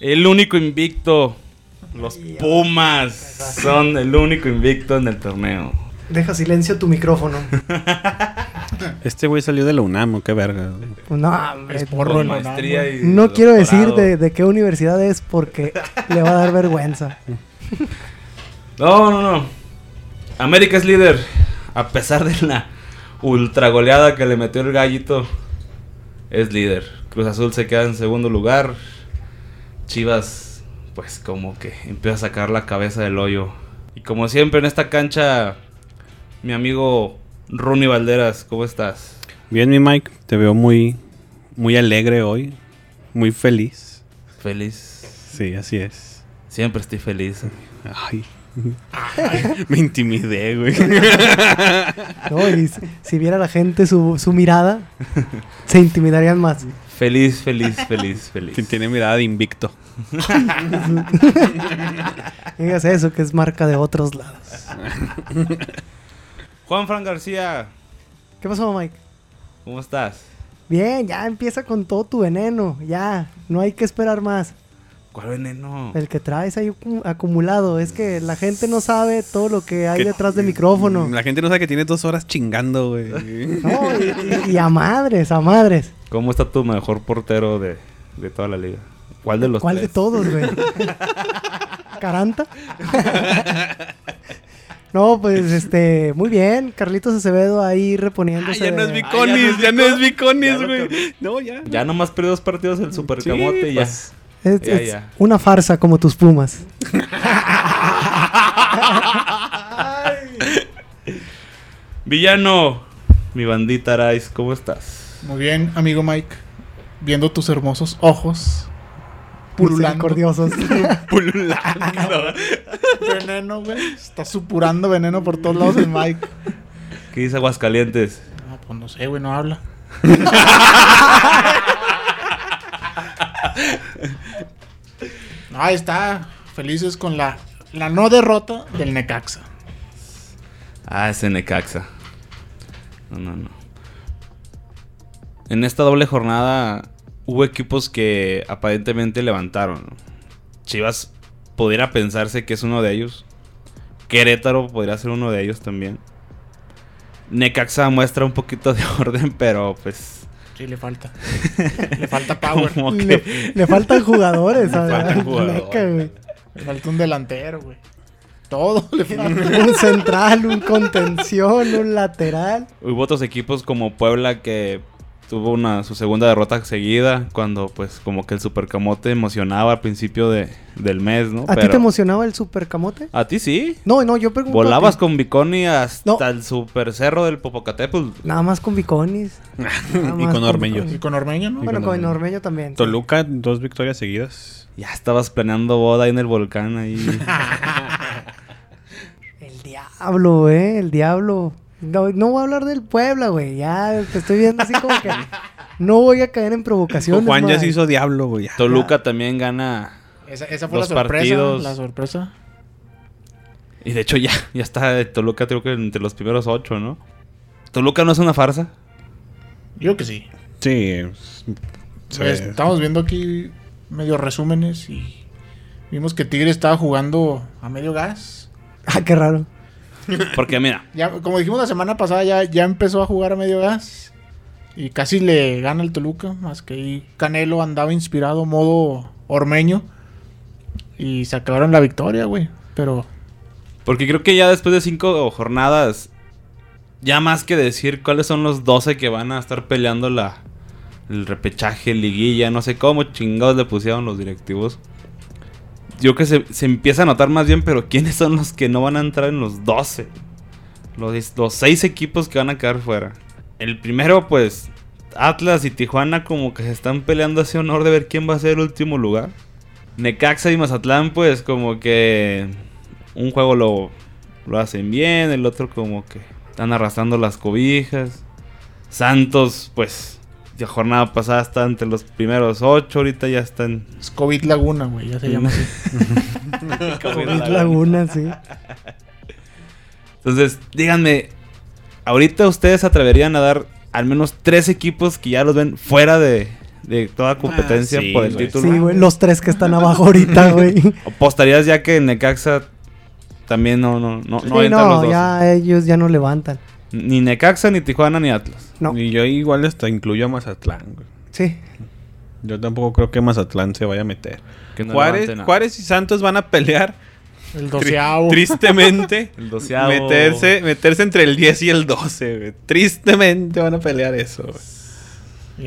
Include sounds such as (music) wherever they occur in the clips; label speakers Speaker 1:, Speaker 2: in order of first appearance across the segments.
Speaker 1: El único invicto. Los Pumas son el único invicto en el torneo.
Speaker 2: Deja silencio tu (laughs) micrófono.
Speaker 3: Este güey salió de la UNAM, ¿o qué verga.
Speaker 2: No, hombre,
Speaker 1: Con maestría y
Speaker 2: no quiero decir
Speaker 1: doctorado.
Speaker 2: de, de qué universidad es porque le va a dar vergüenza.
Speaker 1: No, no, no. América es líder. A pesar de la ultra goleada que le metió el gallito, es líder. Cruz Azul se queda en segundo lugar. Chivas, pues como que empieza a sacar la cabeza del hoyo. Y como siempre en esta cancha, mi amigo Rooney Valderas, ¿cómo estás?
Speaker 3: Bien, mi Mike, te veo muy, muy alegre hoy. Muy feliz.
Speaker 1: Feliz.
Speaker 3: Sí, así es.
Speaker 1: Siempre estoy feliz.
Speaker 3: Ay. (laughs) Me intimidé, güey. (laughs)
Speaker 2: ¿no? Y si, si viera la gente su, su mirada, se intimidarían más.
Speaker 1: Feliz, feliz,
Speaker 2: (laughs)
Speaker 1: feliz,
Speaker 3: Que
Speaker 1: feliz.
Speaker 3: tiene mirada de invicto.
Speaker 2: No Digas eso, que es marca de otros lados.
Speaker 1: Juan Fran García,
Speaker 2: ¿Qué pasó, Mike?
Speaker 1: ¿cómo estás?
Speaker 2: Bien, ya empieza con todo tu veneno. Ya, no hay que esperar más.
Speaker 1: ¿Cuál veneno?
Speaker 2: El que traes ahí acu- acumulado. Es que la gente no sabe todo lo que hay
Speaker 3: ¿Qué?
Speaker 2: detrás del
Speaker 3: (laughs)
Speaker 2: micrófono.
Speaker 3: La gente no sabe que tiene dos horas chingando, güey.
Speaker 2: No, y, y- y a madres, a madres.
Speaker 1: ¿Cómo está tu mejor portero de, de toda la liga? ¿Cuál de los
Speaker 2: ¿Cuál de
Speaker 1: tres? (laughs)
Speaker 2: todos, güey? ¿Caranta? no, pues este, muy bien. Carlitos Acevedo ahí
Speaker 3: Ah,
Speaker 2: reponiéndose.
Speaker 3: ya no es
Speaker 2: de-
Speaker 3: Viconis,
Speaker 1: Ah,
Speaker 3: ya no es
Speaker 1: Ya
Speaker 3: Viconis,
Speaker 1: lo
Speaker 3: güey. No, ya.
Speaker 1: Ya nomás perdió dos partidos el supercamote y ya.
Speaker 2: pues. es-
Speaker 1: Ya,
Speaker 2: es
Speaker 1: ya.
Speaker 2: una farsa como tus pumas.
Speaker 1: (laughs) Villano, mi bandita Araiz, ¿cómo estás?
Speaker 4: Muy bien, amigo Mike. Viendo tus hermosos ojos. Pululando.
Speaker 2: Misericordiosos.
Speaker 3: Pululando.
Speaker 4: Veneno, güey. Está supurando veneno por todos lados el Mike.
Speaker 1: ¿Qué dice Aguascalientes?
Speaker 4: No, pues no sé, güey, no habla. no, (laughs) ahí está. Felices con la, la no derrota del Necaxa.
Speaker 1: Ah, es en Necaxa. No, no, no. En esta doble jornada hubo equipos que aparentemente levantaron. ¿no? Chivas pudiera pensarse que es uno de ellos. Querétaro podría ser uno de ellos también. Necaxa muestra un poquito de (laughs) orden, pero pues
Speaker 4: Sí, le falta. le falta power.
Speaker 1: (laughs) como que
Speaker 2: Le, le faltan jugadores. a-
Speaker 1: faltan
Speaker 2: a-
Speaker 1: jugadores.
Speaker 2: Neca, güey.
Speaker 4: Le falta un delantero, güey. Todo le falta. (laughs)
Speaker 2: un central, un contención, un lateral.
Speaker 1: hubo otros equipos como Puebla que tuvo una su segunda derrota seguida cuando pues como que el supercamote emocionaba al principio de, del mes, ¿no?
Speaker 2: ¿A ti
Speaker 1: Pero-
Speaker 2: te emocionaba el supercamote?
Speaker 1: A ti sí.
Speaker 2: No, no, yo pregunto.
Speaker 1: Volabas
Speaker 2: que-
Speaker 1: con Biconi hasta
Speaker 2: No.
Speaker 1: el super cerro del Popocatépetl.
Speaker 2: Nada más con Viconis. Nada
Speaker 3: Y
Speaker 2: más
Speaker 3: con Ormeño.
Speaker 4: Y con Ormeño, ¿no?
Speaker 2: Bueno,
Speaker 3: con
Speaker 2: con
Speaker 3: Ormeño.
Speaker 2: Ormeño también.
Speaker 3: Toluca, dos victorias seguidas.
Speaker 1: Ya estabas planeando boda ahí en el volcán ahí.
Speaker 2: El diablo, eh, el diablo. No, no voy a hablar del Puebla, güey. Ya te estoy viendo así como
Speaker 3: (laughs)
Speaker 2: que no voy a caer en provocaciones.
Speaker 3: Juan ya
Speaker 2: Mike.
Speaker 3: se hizo diablo, güey. ya.
Speaker 1: Toluca también gana.
Speaker 4: Esa, esa fue
Speaker 1: Los
Speaker 4: la sorpresa.
Speaker 1: partidos.
Speaker 4: La sorpresa.
Speaker 1: Y de hecho ya, ya está eh, Toluca creo que entre los primeros ocho, ¿no? Toluca no es una farsa.
Speaker 4: Yo que sí.
Speaker 3: Sí. es- se
Speaker 4: Pues,
Speaker 3: ve.
Speaker 4: Estamos viendo aquí medio resúmenes y vimos que Tigre estaba jugando a medio gas.
Speaker 2: Ah, qué raro.
Speaker 1: Porque mira,
Speaker 4: Ya, como dijimos la semana pasada, ya, ya empezó a jugar a medio gas. Y casi le gana el Toluca, más que ahí Canelo andaba inspirado, modo ormeño. Y se acabaron la victoria, güey. Pero
Speaker 1: Porque creo que ya después de cinco jornadas, ya más que decir cuáles son los 12 que van a estar peleando la, el repechaje, liguilla, no sé cómo chingados le pusieron los directivos. Yo creo que se, se empieza a notar más bien, pero (laughs) ¿quiénes son los que no van a entrar en los 12? Los, los seis equipos que van a quedar fuera. El primero, pues, Atlas y Tijuana como que se están peleando ese honor de ver quién va a ser el último lugar. Necaxa y Mazatlán, pues, como que un juego lo, lo hacen bien, el otro como que están arrastrando las cobijas. Santos, pues, la jornada pasada está entre los primeros ocho, ahorita ya están...
Speaker 4: es COVID Laguna, güey, ya se llama así.
Speaker 2: Covid Laguna, sí.
Speaker 1: Entonces, díganme, ahorita ustedes se atreverían a dar al menos tres equipos que ya los ven fuera de, de toda competencia
Speaker 3: Ah, sí,
Speaker 1: por el
Speaker 3: güey.
Speaker 1: título.
Speaker 2: Sí, güey, los tres que están abajo
Speaker 3: (laughs)
Speaker 2: ahorita, güey.
Speaker 1: ¿Apostarías ya que Necaxa también no, no, no,
Speaker 2: Sí,
Speaker 1: no
Speaker 2: No,
Speaker 1: entran los dos?
Speaker 2: ya ellos ya no levantan.
Speaker 1: Ni Necaxa, ni Tijuana, ni Atlas.
Speaker 2: No.
Speaker 3: Y yo igual hasta incluyo a Mazatlán, güey.
Speaker 2: Sí.
Speaker 3: Yo tampoco creo que Mazatlán se vaya a meter.
Speaker 1: Que no
Speaker 3: Juárez,
Speaker 1: levanten nada.
Speaker 3: Juárez y Santos van a pelear
Speaker 4: El
Speaker 3: tri-
Speaker 4: doceavo.
Speaker 3: (laughs) tristemente.
Speaker 1: El doceavo.
Speaker 3: Meterse, meterse entre el 10 y el 12, güey. Tristemente van a pelear eso, güey.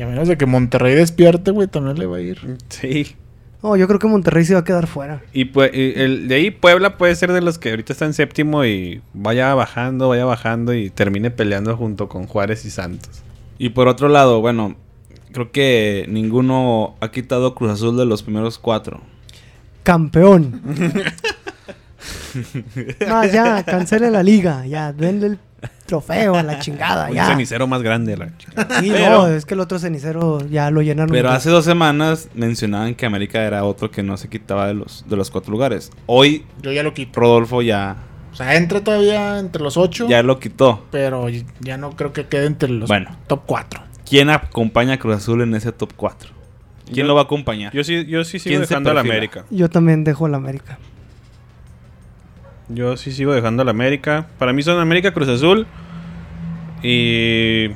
Speaker 4: Y a menos de que Monterrey despierte, güey, también le va a ir.
Speaker 3: Sí.
Speaker 2: No, yo creo que Monterrey se va a quedar fuera.
Speaker 3: Y, pue- y el, de ahí Puebla puede ser de los que ahorita está en séptimo y vaya bajando, vaya bajando y termine peleando junto con Juárez y Santos.
Speaker 1: Y por otro lado, bueno, creo que ninguno ha quitado Cruz Azul de los primeros cuatro.
Speaker 3: (laughs)
Speaker 2: Campeón. no, ya, cancele la liga. Ya, denle el trofeo a la chingada.
Speaker 3: Un
Speaker 2: Ya.
Speaker 3: cenicero más grande, la chica.
Speaker 2: Sí,
Speaker 1: Pero-
Speaker 2: no, es que el otro cenicero ya lo llenaron.
Speaker 1: Pero hace dos semanas mencionaban que América era otro que no se quitaba de los, de los cuatro lugares. Hoy
Speaker 4: Yo ya lo quito.
Speaker 1: Rodolfo ya,
Speaker 4: O sea, entra todavía entre los ocho.
Speaker 1: ya lo quitó.
Speaker 4: Pero ya no creo que quede entre los
Speaker 1: Bueno.
Speaker 4: top cuatro.
Speaker 1: ¿Quién acompaña a Cruz Azul en ese top 4? ¿Quién
Speaker 3: Yo-
Speaker 1: lo va a acompañar?
Speaker 3: Yo sí, yo sí sigo
Speaker 1: ¿Quién se
Speaker 3: dejando a la
Speaker 1: perfila?
Speaker 3: América.
Speaker 2: Yo también dejo a la América.
Speaker 3: Yo sí sigo dejando a la América. Para mí son América Cruz Azul. Y.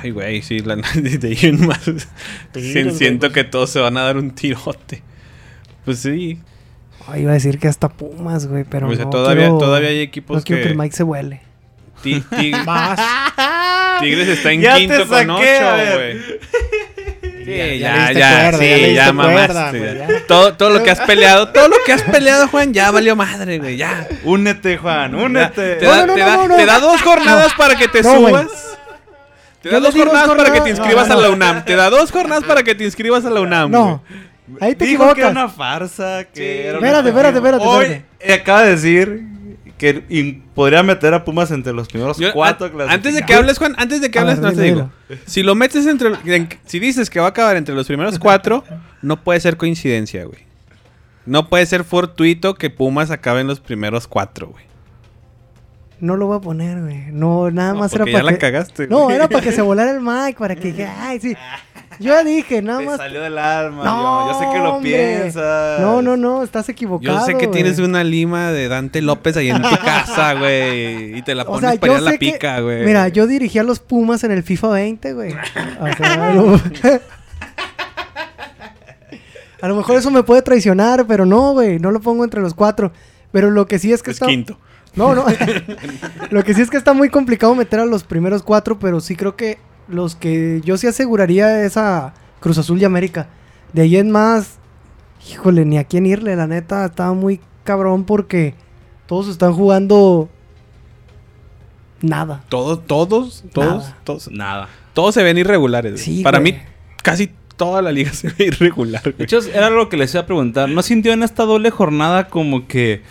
Speaker 3: Ay, güey, sí, la (laughs) de ahí en más.
Speaker 4: Tiros,
Speaker 3: Sien-
Speaker 4: güey,
Speaker 3: siento
Speaker 4: pues.
Speaker 3: que todos se van a dar un tirote. Pues sí.
Speaker 2: Ay, iba a decir que hasta Pumas, güey, pero
Speaker 3: O sea,
Speaker 2: no
Speaker 3: Pues, todavía-
Speaker 2: quiero-
Speaker 3: todavía hay equipos
Speaker 2: no quiero que...
Speaker 3: que-
Speaker 2: el Mike se vuele.
Speaker 3: Ti- ti-
Speaker 4: Más.
Speaker 3: Tigres está en
Speaker 1: Ya te
Speaker 3: quinto con
Speaker 1: saqué, a ver.
Speaker 3: ocho, güey.
Speaker 4: ya,
Speaker 3: Sí,
Speaker 4: ya
Speaker 3: ya,
Speaker 4: le diste
Speaker 3: ya,
Speaker 4: cuerda, ya le
Speaker 3: sí,
Speaker 4: diste
Speaker 3: ya
Speaker 4: cuerda,
Speaker 3: mamaste.
Speaker 4: güey, ya.
Speaker 3: Todo, todo lo que has peleado, todo lo que has peleado, Juan, ya valió madre, güey, ya.
Speaker 1: Únete, Juan, únete.
Speaker 3: Te da,
Speaker 2: No, no,
Speaker 3: te
Speaker 2: no,
Speaker 3: da-
Speaker 2: no, no.
Speaker 3: te da dos jornadas para que te
Speaker 2: No, güey.
Speaker 3: subas. Te
Speaker 2: Yo
Speaker 3: da
Speaker 2: le
Speaker 3: dos
Speaker 2: di dos
Speaker 3: jornadas para que te
Speaker 2: jornadas.
Speaker 3: inscribas
Speaker 2: No,
Speaker 3: a
Speaker 2: no.
Speaker 3: la UNAM. Te da dos jornadas para que te inscribas a la UNAM.
Speaker 2: No, ahí te
Speaker 1: Dijo que era
Speaker 2: equivocas.
Speaker 1: una farsa, que era una-
Speaker 2: Espérate, espérate, espérate.
Speaker 1: Hoy
Speaker 2: espérate.
Speaker 1: eh, acaba de decir que in- podría meter a Pumas entre los primeros
Speaker 3: Yo-
Speaker 1: cuatro
Speaker 3: a- antes de que
Speaker 1: clasificados.
Speaker 3: hables, Juan, antes de que
Speaker 2: A
Speaker 3: hables,
Speaker 2: ver,
Speaker 3: no te
Speaker 2: dilo,
Speaker 3: digo. Si lo metes entre. en- si dices que va a acabar entre los primeros cuatro, no puede ser coincidencia, güey. No puede ser fortuito que Pumas acabe en los primeros cuatro, güey.
Speaker 2: No lo voy a poner, güey. No, nada
Speaker 3: No,
Speaker 2: más era
Speaker 3: porque
Speaker 2: para
Speaker 3: ya
Speaker 2: que...
Speaker 3: la cagaste.
Speaker 2: No,
Speaker 3: güey.
Speaker 2: era para que se volara el Mike, para que dijera,
Speaker 3: (laughs)
Speaker 2: ay, sí. Yo ya dije, nada
Speaker 1: Te
Speaker 2: más.
Speaker 1: salió del alma,
Speaker 2: No,
Speaker 1: yo, yo sé que lo
Speaker 2: hombre.
Speaker 1: piensas.
Speaker 2: No, no, no, estás equivocado.
Speaker 3: Yo sé que
Speaker 2: güey.
Speaker 3: tienes una lima de Dante López ahí en tu
Speaker 2: (laughs)
Speaker 3: casa, güey. Y te la
Speaker 2: O
Speaker 3: pones
Speaker 2: sea,
Speaker 3: para
Speaker 2: yo
Speaker 3: allá a la
Speaker 2: sé que-
Speaker 3: pica, güey.
Speaker 2: Mira, yo dirigí a los Pumas en el FIFA 20, güey. O sea, a, lo... (laughs) a lo mejor eso me puede traicionar, pero no, güey. No lo pongo entre los cuatro. Pero lo que sí es que
Speaker 3: Es
Speaker 2: está.
Speaker 3: quinto.
Speaker 2: No, (laughs) no. lo que sí es que está muy complicado meter a los primeros cuatro, pero sí creo que los que yo sí aseguraría es a Cruz Azul y América. De ahí en más, híjole, ni a quién irle, la neta, estaba muy cabrón porque todos están jugando nada.
Speaker 3: Todos, todos, todos,
Speaker 2: Nada.
Speaker 3: todos.
Speaker 1: Nada.
Speaker 3: Todos se ven irregulares. güey.
Speaker 2: Ah. Sí,
Speaker 3: para
Speaker 2: güey.
Speaker 3: mí, casi toda la liga (laughs) se ve irregular, güey.
Speaker 1: De hecho, era lo que les iba a preguntar. ¿No sintió en esta doble jornada como que...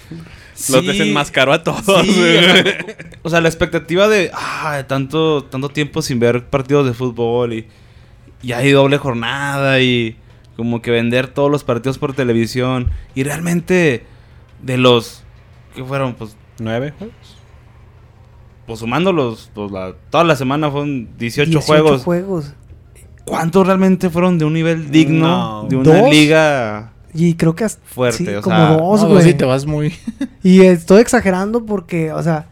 Speaker 3: Los
Speaker 1: sí,
Speaker 3: desenmascaró a todos.
Speaker 1: sí,
Speaker 3: güey.
Speaker 1: o,
Speaker 3: (laughs)
Speaker 1: sea, o sea, la expectativa de... Ah, de tanto, tanto tiempo sin ver partidos de fútbol y... Y hay doble jornada y... Como que vender todos los partidos por televisión. Y realmente... De los... que fueron? Pues...
Speaker 3: Nueve.
Speaker 1: Pues sumándolos... Pues, la- toda la semana fueron 18,
Speaker 2: 18
Speaker 1: juegos. ¿Cuántos realmente fueron de un nivel digno?
Speaker 3: No.
Speaker 1: De una
Speaker 2: ¿Dos?
Speaker 1: liga...
Speaker 2: Y creo que hasta
Speaker 1: Fuerte,
Speaker 2: sí,
Speaker 1: o
Speaker 2: como
Speaker 1: sea,
Speaker 2: dos,
Speaker 4: No,
Speaker 2: güey.
Speaker 4: sí, te vas muy.
Speaker 2: Y estoy exagerando porque, o sea,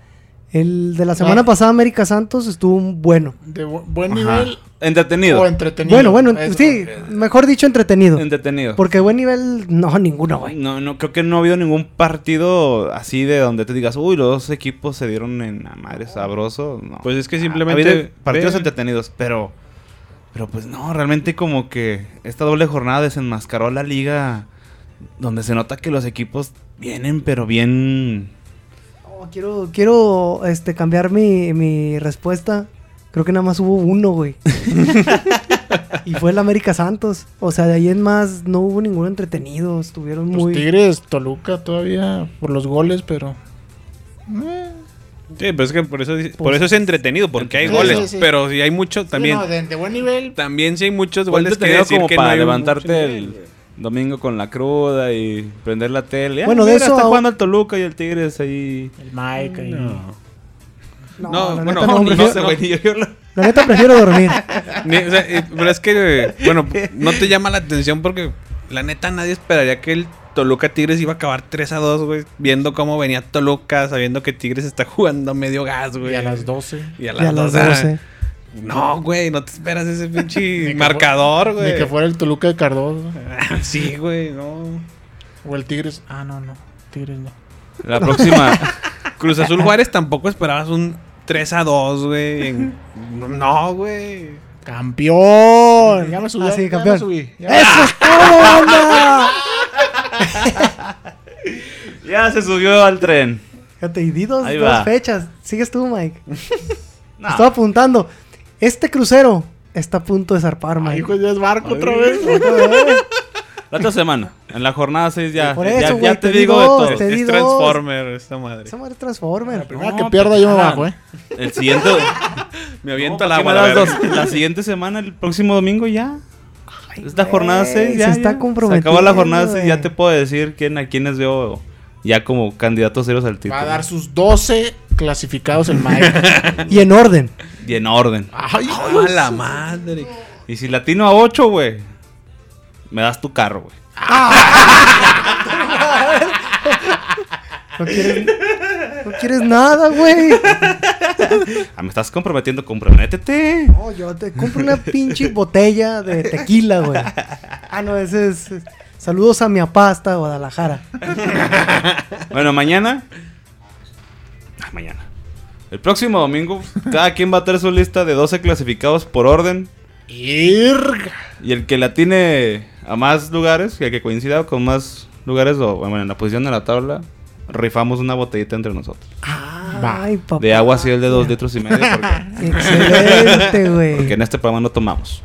Speaker 2: el de la semana
Speaker 4: Ah.
Speaker 2: pasada América Santos estuvo un bueno.
Speaker 4: De bu- buen
Speaker 1: Ajá.
Speaker 4: nivel
Speaker 1: Entretenido.
Speaker 4: o entretenido.
Speaker 2: Bueno, bueno,
Speaker 4: Eso,
Speaker 2: sí,
Speaker 4: porque-
Speaker 2: mejor dicho entretenido.
Speaker 1: Entretenido.
Speaker 2: Porque buen nivel, no, ninguno, güey.
Speaker 1: No, no, creo que no ha habido ningún partido así de donde te digas, uy, los dos equipos se dieron en la madre sabroso. No.
Speaker 3: Pues es que
Speaker 1: Ha-
Speaker 3: simplemente
Speaker 1: ha habido partidos
Speaker 3: ve-
Speaker 1: entretenidos, pero. Pero pues no, realmente como que esta doble jornada desenmascaró la liga. Donde se nota que los equipos vienen, pero bien.
Speaker 2: No, quiero, quiero este, cambiar mi, mi respuesta. Creo que nada más hubo uno, (laughs) güey. y fue el América Santos. O sea, de ahí en más no hubo ninguno entretenido. Estuvieron
Speaker 4: Pues
Speaker 2: muy...
Speaker 4: Tigres, Toluca todavía por los goles, pero.
Speaker 3: Sí, pero es que por eso, dice- por eso es entretenido, porque hay
Speaker 4: Pues Sí,
Speaker 3: goles.
Speaker 4: sí, sí.
Speaker 3: Pero si hay muchos también.
Speaker 4: Sí, no, de, de buen nivel.
Speaker 3: También si hay muchos
Speaker 1: Fue
Speaker 3: goles que
Speaker 1: entretenido
Speaker 3: decir
Speaker 1: como
Speaker 3: que no
Speaker 1: para
Speaker 3: hay un-
Speaker 1: levantarte el domingo con la cruda y prender la tele. Ah,
Speaker 2: Bueno, de
Speaker 1: mira,
Speaker 2: eso
Speaker 1: Está
Speaker 2: a-
Speaker 1: jugando el Toluca y el Tigres ahí.
Speaker 4: El Mike ahí.
Speaker 3: No.
Speaker 2: No,
Speaker 3: No,
Speaker 2: la
Speaker 3: bueno,
Speaker 2: neta, no,
Speaker 3: ni-
Speaker 2: prefiero-
Speaker 4: (laughs)
Speaker 3: no sé, güey,
Speaker 1: yo,
Speaker 2: La neta prefiero dormir.
Speaker 3: Ni- o sea, eh, pero es que, eh, bueno, no te llama la atención porque la neta nadie esperaría que el Toluca Tigres iba a acabar 3 a 2, güey. Viendo cómo venía Toluca, sabiendo que Tigres está jugando a medio gas, güey.
Speaker 4: Y a las 12.
Speaker 3: Y a
Speaker 2: Y a las 12.
Speaker 3: No, güey, no te esperas ese
Speaker 4: (laughs) Ni
Speaker 3: pinche
Speaker 4: que
Speaker 3: marcador, güey.
Speaker 4: Ni que fuera el Toluca de Cardoso.
Speaker 3: (laughs) Sí, güey, no.
Speaker 4: O el Tigres. Ah, no, no. Tigres no.
Speaker 1: La próxima.
Speaker 3: (laughs) Cruz Azul Juárez tampoco esperabas un 3 a 2, güey. en- No, güey.
Speaker 4: ¡Campeón! Ya me subí.
Speaker 2: Ah, sí,
Speaker 4: ya
Speaker 2: campeón.
Speaker 4: me subí. Ya-
Speaker 2: ¡Eso es todo, banda!
Speaker 1: ya se subió al tren.
Speaker 2: Fíjate, y di dos,
Speaker 1: Ahí
Speaker 2: dos
Speaker 1: va.
Speaker 2: fechas. Sigues tú, Mike.
Speaker 1: No.
Speaker 2: Estaba apuntando. Este crucero está a punto de zarpar,
Speaker 4: Ay,
Speaker 2: Mike.
Speaker 4: hijo, ya es barco otra vez.
Speaker 1: La otra semana. En la jornada 6 ya.
Speaker 2: Por
Speaker 1: ya-
Speaker 2: eso,
Speaker 1: ya
Speaker 2: güey,
Speaker 1: te,
Speaker 2: te
Speaker 1: digo,
Speaker 2: digo, este
Speaker 1: de todo.
Speaker 2: te- di
Speaker 3: es
Speaker 2: dos.
Speaker 3: Transformer, esta madre.
Speaker 2: Esa madre es Transformer.
Speaker 4: Primera
Speaker 1: No,
Speaker 4: que
Speaker 1: te
Speaker 4: pierda yo me
Speaker 1: jalan.
Speaker 4: bajo, eh.
Speaker 1: El
Speaker 2: (laughs)
Speaker 1: siguiente.
Speaker 3: Me
Speaker 1: No,
Speaker 3: aviento
Speaker 1: ¿para
Speaker 3: la
Speaker 1: qué
Speaker 3: agua.
Speaker 1: me
Speaker 3: la
Speaker 1: das
Speaker 3: verga.
Speaker 1: dos? La siguiente semana, el próximo domingo ya. Es la jornada
Speaker 2: güey,
Speaker 1: 6.
Speaker 2: se
Speaker 1: Ya,
Speaker 2: está
Speaker 1: ya.
Speaker 2: comprometiendo,
Speaker 1: Se acabó la jornada 6. Ya
Speaker 2: güey.
Speaker 1: te puedo decir quién, a quiénes veo ya como candidatos serios al título.
Speaker 4: Va a dar sus 12 clasificados el Mike.
Speaker 2: Y en (laughs) orden.
Speaker 1: Y en orden.
Speaker 4: Ay,
Speaker 3: (laughs) ¡A la madre!
Speaker 1: Y si latino a 8, güey. Me das tu carro, güey.
Speaker 2: No quieres, no quieres nada, güey.
Speaker 1: Ah, me estás comprometiendo, comprométete.
Speaker 2: No, yo te compro una pinche botella de tequila, güey. Ah, no, ese es. Saludos a mi apasta, Guadalajara.
Speaker 1: (laughs) Bueno, mañana. Ah, mañana. El próximo domingo, cada quien va a tener su lista de 12 clasificados por orden.
Speaker 4: Irga.
Speaker 1: Y el que la tiene a más lugares, y el que coincida con más lugares, o bueno, en la posición de la tabla, rifamos una botellita entre nosotros.
Speaker 2: Ay, papá.
Speaker 1: De agua así el de 2 litros y medio, porque,
Speaker 2: Excelente, güey.
Speaker 1: porque en este programa no tomamos.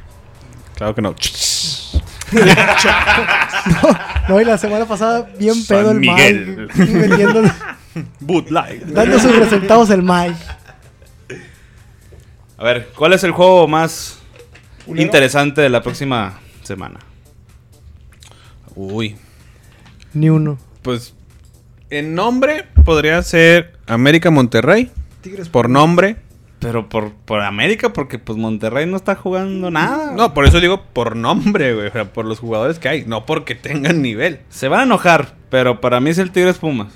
Speaker 3: Claro que no.
Speaker 2: No, y la semana pasada, bien
Speaker 3: San
Speaker 2: pedo el
Speaker 3: Miguel.
Speaker 2: Mike. y vendiendo-
Speaker 3: Boot Light.
Speaker 2: dando sus resultados el Mike.
Speaker 1: A ver, ¿cuál es el juego más interesante de la próxima semana?
Speaker 3: Uy.
Speaker 2: Ni uno.
Speaker 3: Pues en nombre podría ser América Monterrey. Tigres por nombre.
Speaker 1: Pero por, por América, porque pues Monterrey no está jugando nada.
Speaker 3: No, por eso digo por nombre, güey. o sea, por los jugadores que hay. No porque tengan nivel.
Speaker 1: Se van a enojar, pero para mí es el Tigres Pumas.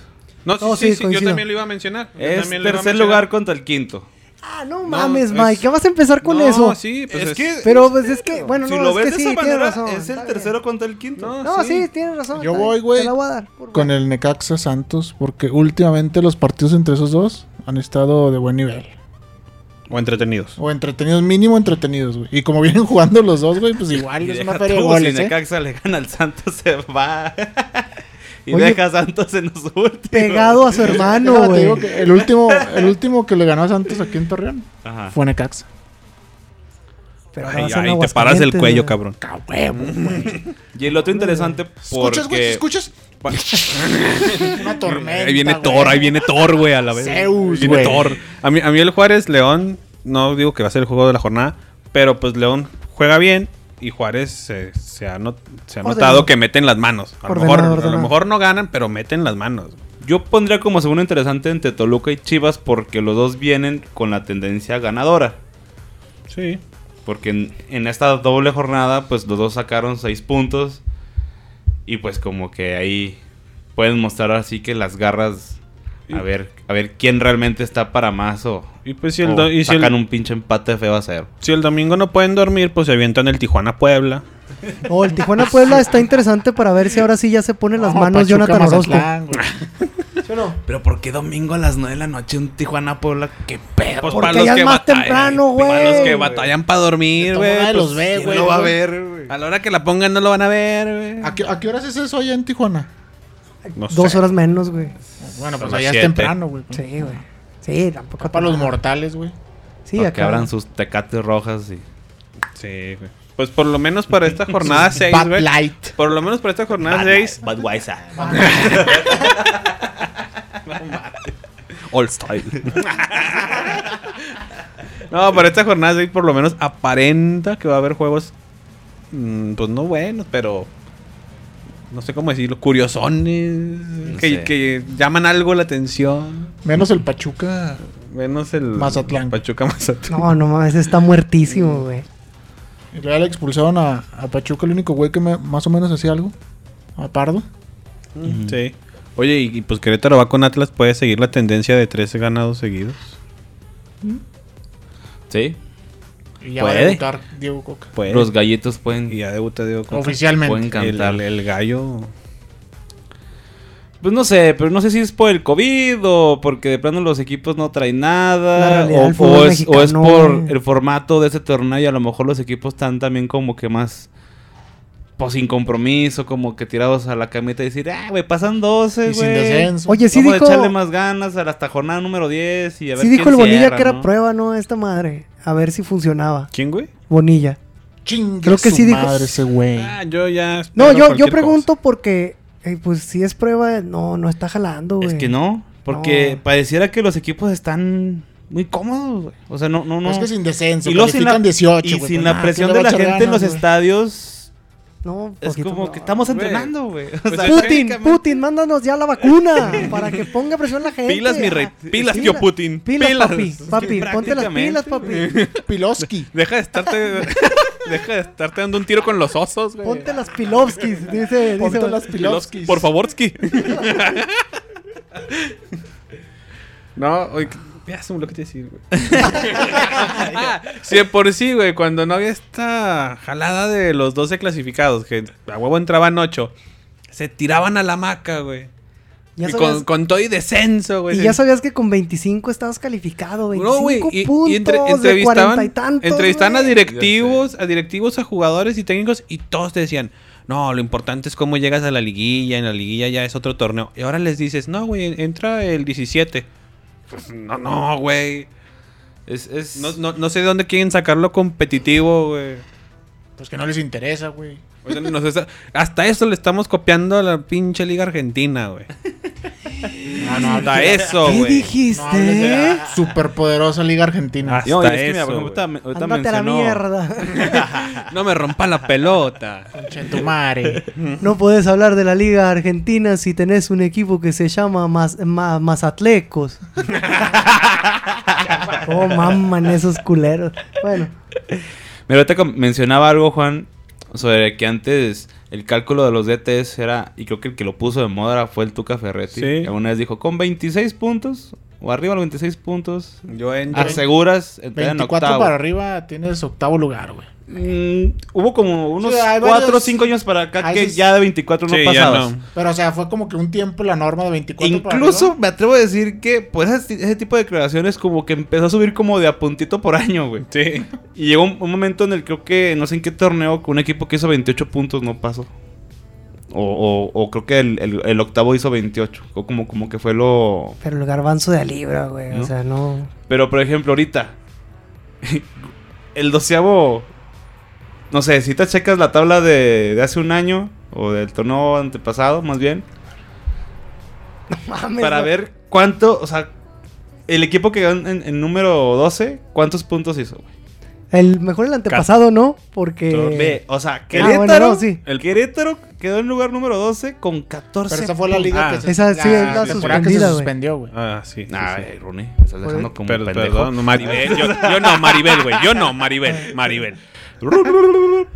Speaker 3: No, sí,
Speaker 2: No,
Speaker 3: sí,
Speaker 2: sí,
Speaker 3: sí, yo
Speaker 2: coincido.
Speaker 3: también lo iba a mencionar. yo
Speaker 1: Es
Speaker 3: también lo iba a
Speaker 1: tercer
Speaker 3: mencionar.
Speaker 1: lugar contra el quinto.
Speaker 2: Ah, no mames,
Speaker 3: es-
Speaker 2: Mike. ¿Qué vas a empezar con
Speaker 3: No,
Speaker 2: eso?
Speaker 3: sí, pues
Speaker 1: Es
Speaker 3: es-
Speaker 1: que- (laughs)
Speaker 2: Pero pues es que, bueno,
Speaker 1: si
Speaker 2: no,
Speaker 1: lo
Speaker 2: es
Speaker 1: ves
Speaker 2: que
Speaker 1: de
Speaker 2: sí,
Speaker 1: esa
Speaker 2: tienes
Speaker 1: manera,
Speaker 2: razón.
Speaker 1: es el
Speaker 2: está
Speaker 1: tercero
Speaker 2: bien.
Speaker 1: contra el quinto.
Speaker 3: No.
Speaker 2: No, sí,
Speaker 3: sí.
Speaker 2: tienes razón.
Speaker 4: Yo
Speaker 2: está
Speaker 4: voy,
Speaker 2: bien,
Speaker 4: güey,
Speaker 2: Te la voy a dar. por
Speaker 4: Con
Speaker 2: bueno.
Speaker 4: el Necaxa Santos, porque últimamente los partidos entre esos dos han estado de buen nivel.
Speaker 3: O entretenidos.
Speaker 4: O entretenidos, mínimo entretenidos, güey. Y como (laughs) vienen jugando los dos, güey, pues
Speaker 1: Y
Speaker 4: igual es
Speaker 1: deja
Speaker 4: una feria de
Speaker 1: tú,
Speaker 4: goles,
Speaker 1: si
Speaker 4: ¿eh?
Speaker 1: Necaxa le gana al Santos, se va. (laughs) y
Speaker 2: Oye,
Speaker 1: deja a Santos en los últimos.
Speaker 2: Pegado a su hermano,
Speaker 4: Déjame, te
Speaker 2: güey.
Speaker 4: digo que el último, el último que le ganó a Santos aquí en Torreón
Speaker 1: Ajá.
Speaker 4: fue Necaxa.
Speaker 2: Pero ahora
Speaker 3: Ay,
Speaker 2: son
Speaker 3: ay, te paras del
Speaker 2: Aguascalientes, güey.
Speaker 3: cuello, cabrón.
Speaker 4: Mm,
Speaker 1: Y el otro interesante porque...
Speaker 4: ¿Escuchas? una tormenta.
Speaker 3: (laughs) Ahí viene
Speaker 4: güey.
Speaker 3: Thor, ahí viene Thor, güey, a la vez.
Speaker 4: Zeus,
Speaker 3: Ahí viene
Speaker 4: güey.
Speaker 3: Thor. A mí, a mí el Juárez León, no digo que va a ser el juego de la jornada, pero pues León juega bien y Juárez se, se ha, not- se ha
Speaker 2: Ordenado.
Speaker 3: notado que meten las manos. A lo,
Speaker 2: Ordenado,
Speaker 3: mejor, a
Speaker 2: ordenado.
Speaker 3: lo mejor no ganan, pero meten las manos.
Speaker 1: Yo pondría como segundo interesante entre Toluca y Chivas porque los dos vienen con la tendencia ganadora.
Speaker 3: Sí.
Speaker 1: Porque en, en esta doble jornada, pues los dos sacaron seis puntos. Y pues como que ahí pueden mostrar así que las garras. A
Speaker 3: Y-
Speaker 1: ver, a ver quién realmente está para más o,
Speaker 3: Y pues si el,
Speaker 1: o
Speaker 3: do- y si el-
Speaker 1: Oh, sacan un pinche empate feo a cero.
Speaker 3: si el domingo no pueden dormir, pues se avientan el Tijuana Puebla.
Speaker 2: Oh, el Tijuana
Speaker 1: (laughs)
Speaker 2: Puebla está interesante para ver si ahora sí ya se pone las
Speaker 4: No,
Speaker 2: manos
Speaker 4: Pachuca,
Speaker 2: Jonathan Orozco.
Speaker 4: Mazatlán, güey.
Speaker 1: Pero ¿por qué domingo a las 9 de la noche un Tijuana Puebla? ¡Qué pedo!
Speaker 3: Pues
Speaker 2: Porque ya es más temprano,
Speaker 3: Para los que
Speaker 2: güey.
Speaker 3: batallan para dormir,
Speaker 4: Toma,
Speaker 3: güey.
Speaker 4: nadie los
Speaker 3: pues,
Speaker 4: ve,
Speaker 3: ¿quién
Speaker 4: güey,
Speaker 3: lo va a
Speaker 4: güey.
Speaker 3: ver, güey? A la hora que la pongan no lo van a ver, güey.
Speaker 4: ¿A qué, a qué horas es eso allá en Tijuana?
Speaker 3: No
Speaker 2: Dos
Speaker 3: sé.
Speaker 2: horas menos, güey.
Speaker 4: Bueno, pues
Speaker 1: las
Speaker 4: allá es
Speaker 1: siete.
Speaker 4: temprano, güey.
Speaker 2: Sí, güey. Sí, tampoco.
Speaker 4: Para los mortales, güey.
Speaker 2: Sí,
Speaker 1: Para que
Speaker 2: acá.
Speaker 1: abran sus tecates rojas y...
Speaker 2: Ah.
Speaker 3: Sí, güey. Pues por lo menos para esta
Speaker 2: (laughs)
Speaker 3: jornada 6,
Speaker 4: Bad
Speaker 3: güey.
Speaker 4: Light.
Speaker 3: Por lo menos para esta jornada 6.
Speaker 1: Budweiser.
Speaker 3: (laughs)
Speaker 1: (laughs)
Speaker 3: All style. no, para esta jornada 6 por lo menos aparenta que va a haber juegos. mm, pues no buenos, pero. No sé cómo decirlo. Curiosones.
Speaker 1: No
Speaker 3: que,
Speaker 1: sé.
Speaker 3: que llaman algo la atención.
Speaker 4: Menos el Pachuca
Speaker 3: Menos el
Speaker 4: Mazatlán.
Speaker 3: Pachuca Mazatlán.
Speaker 2: No, no mames, está muertísimo, güey.
Speaker 4: Y luego ya le expulsaron a, a Pachuca, el único güey que me- más o menos hacía algo. A Pardo.
Speaker 1: Ujú.
Speaker 3: Sí. Oye, y, y pues Querétaro va con Atlas, puede seguir la tendencia de 13 ganados seguidos.
Speaker 1: Sí.
Speaker 4: Y ya va
Speaker 1: Puede.
Speaker 4: a debutar Diego Coca.
Speaker 3: Puede.
Speaker 2: Pues.
Speaker 1: Los gallitos pueden,
Speaker 3: y ya debuta Diego Coca.
Speaker 1: pueden
Speaker 4: Oficialmente.
Speaker 3: El,
Speaker 1: cantar.
Speaker 3: el- el gallo.
Speaker 1: Pues no sé, pero no sé si es por el COVID o porque de plano los equipos no traen
Speaker 2: La
Speaker 1: nada.
Speaker 2: realidad
Speaker 1: O,
Speaker 2: del fútbol
Speaker 1: o es, o es
Speaker 2: mexicano.
Speaker 1: por el formato de ese torneo y a lo mejor los equipos están también como que más. Pues sin compromiso, como que tirados a la cameta y decir, ah, güey, pasan 12,
Speaker 4: Y sin
Speaker 1: güey.
Speaker 4: descenso.
Speaker 2: Oye, sí
Speaker 1: Vamos a echarle
Speaker 2: dijo,
Speaker 1: más ganas a la hasta jornada número 10 y a ver
Speaker 2: sí dijo
Speaker 1: quién
Speaker 2: el Bonilla
Speaker 1: cierra,
Speaker 2: que era
Speaker 1: ¿no?
Speaker 2: prueba, ¿no? Esta madre. A ver si funcionaba.
Speaker 3: ¿Quién, güey?
Speaker 2: Bonilla.
Speaker 4: Chingue
Speaker 2: creo que
Speaker 4: su
Speaker 2: sí dijo-
Speaker 4: madre ese güey.
Speaker 3: Ah, yo ya.
Speaker 2: No,
Speaker 3: espero
Speaker 2: yo, yo
Speaker 3: cualquier
Speaker 2: pregunto porque, eh, pues si es prueba, no, no está jalando, güey.
Speaker 1: Es que no, porque
Speaker 2: No.
Speaker 1: pareciera que los equipos están muy cómodos, güey. O sea, no, no, no.
Speaker 4: Pues Es que sin descenso.
Speaker 1: y
Speaker 4: Y
Speaker 1: luego sin la,
Speaker 4: 18,
Speaker 1: y
Speaker 4: güey,
Speaker 1: sin
Speaker 4: pues,
Speaker 1: la
Speaker 4: nah,
Speaker 1: presión de
Speaker 4: ¿quién le va
Speaker 1: la
Speaker 4: a echar
Speaker 1: gente en los
Speaker 4: ganas, güey?
Speaker 1: estadios.
Speaker 2: No,
Speaker 1: Es
Speaker 2: poquito,
Speaker 1: como
Speaker 2: no.
Speaker 1: que estamos
Speaker 3: güey.
Speaker 1: entrenando, güey. O
Speaker 3: Pues
Speaker 1: sea,
Speaker 3: es
Speaker 2: Putin,
Speaker 3: prácticamente-
Speaker 2: Putin, mándanos ya la vacuna para que ponga presión la gente.
Speaker 1: Pilas, mi rey.
Speaker 2: Ah,
Speaker 1: Pilas, tío Putin.
Speaker 2: Pilas,
Speaker 1: Pilas.
Speaker 2: papi.
Speaker 1: Es que
Speaker 2: Papi, ponte las pilas, papi.
Speaker 1: prácticamente,
Speaker 4: (laughs) Piloski.
Speaker 3: Deja de estarte. (laughs) deja de estarte dando un tiro con los osos, güey.
Speaker 2: Ponte las pilovskis, dice. dice
Speaker 4: Ponte las Pilovskis.
Speaker 3: Por favor, no, oye, ya se me lo que te decir, güey. Ah, (laughs) sí, de por sí, güey, cuando no había esta jalada de los 12 clasificados, que a huevo entraban 8, se tiraban a la maca, güey.
Speaker 2: Ya
Speaker 3: Y
Speaker 2: sabías-
Speaker 3: con, con todo y descenso, güey.
Speaker 2: y ya sabías que con 25 estabas calificado, 25
Speaker 3: No, güey, y- y
Speaker 2: Pues puntos
Speaker 3: entre-
Speaker 2: de 40
Speaker 3: entrevistaban,
Speaker 2: y tantos.
Speaker 3: entrevistaban a
Speaker 2: güey.
Speaker 3: directivos, a directivos, a jugadores y técnicos y todos te decían, no, lo importante es cómo llegas a la liguilla, en la liguilla ya es otro torneo. Y ahora les dices, no, güey, entra el 17. Pues no, no, güey.
Speaker 1: Es, es...
Speaker 3: No, no, no sé de dónde quieren sacarlo competitivo, güey.
Speaker 4: Pues que no les interesa, güey.
Speaker 3: O sea, nos está- hasta eso le estamos copiando a la pinche liga
Speaker 1: (laughs)
Speaker 3: argentina, güey.
Speaker 4: No, no,
Speaker 3: Hasta
Speaker 4: no,
Speaker 3: eso,
Speaker 2: ¿Qué
Speaker 3: güey.
Speaker 4: no hables de
Speaker 2: dijiste?
Speaker 4: la superpoderosa Liga Argentina.
Speaker 3: Ah,
Speaker 1: No, y
Speaker 3: hasta
Speaker 1: es que, mira, por
Speaker 3: eso,
Speaker 1: ejemplo, ahorita, ahorita
Speaker 2: Ándate a la
Speaker 1: mencionó-
Speaker 2: mierda.
Speaker 3: (laughs) No me rompa la pelota.
Speaker 4: Chetumare.
Speaker 1: (laughs)
Speaker 2: No podés hablar de la Liga Argentina si tenés un equipo que se llama Maz- Ma- Mazatlecos. oh, maman esos culeros. Bueno,
Speaker 1: Mira, ahorita com- mencionaba algo, Juan, sobre que antes el cálculo de los DTs era, y creo que el que lo puso de moda fue el Tuca Ferretti.
Speaker 3: Sí.
Speaker 1: Que alguna vez dijo, con 26 puntos, o arriba de los 26 puntos,
Speaker 3: Yo entro.
Speaker 1: Ah, aseguras entrar en
Speaker 4: 24
Speaker 1: octavo.
Speaker 4: para arriba tienes octavo lugar, güey.
Speaker 1: Mm, hubo como unos
Speaker 4: Sí, hay
Speaker 1: 4 o
Speaker 4: varios- 5
Speaker 1: 5 años para acá
Speaker 4: Ahí
Speaker 1: que
Speaker 4: sí-
Speaker 1: ya de 24 no
Speaker 3: Sí, ya
Speaker 1: pasabas.
Speaker 3: no.
Speaker 4: Pero, o sea, fue como que un tiempo la norma de 24 para
Speaker 1: Incluso
Speaker 4: arriba.
Speaker 1: me atrevo a decir que pues ese, ese tipo de declaraciones como que empezó a subir como de a puntito por año, güey.
Speaker 3: Sí.
Speaker 1: Y llegó un, un momento en el creo que no sé en qué torneo con un equipo que hizo 28 puntos no pasó. O, o- o creo que el, el- el octavo hizo 28. O como, como que fue lo...
Speaker 2: pero el garbanzo de a libra, güey.
Speaker 1: ¿No?
Speaker 2: O sea, no.
Speaker 1: Pero por ejemplo ahorita... (laughs) El doceavo... No sé, si te checas la tabla de, de hace un año o del torneo antepasado más bien.
Speaker 2: Mames,
Speaker 1: para
Speaker 2: güey.
Speaker 1: ver cuánto, o sea, el equipo que ganó en, en número 12, ¿cuántos puntos hizo, güey?
Speaker 2: El mejor el antepasado, ¿no? Porque.
Speaker 1: Ve, o sea,
Speaker 2: Eh, ah, bueno,
Speaker 1: Querétaro,
Speaker 2: no, sí.
Speaker 1: el Querétaro quedó en lugar número 12 con 14
Speaker 4: Pero esa fue la liga
Speaker 3: Ah,
Speaker 4: que se,
Speaker 2: esa sí es la
Speaker 4: temporada que
Speaker 2: suspendida,
Speaker 4: se
Speaker 2: güey.
Speaker 4: suspendió, güey.
Speaker 3: Ah, sí. sí,
Speaker 1: Nah,
Speaker 3: sí.
Speaker 1: eh, Rooney, me estás dejando como
Speaker 3: Pero,
Speaker 1: pendejo.
Speaker 3: perdón, no, Maribel. Yo, yo no, Maribel, güey. Yo no, Maribel. Maribel.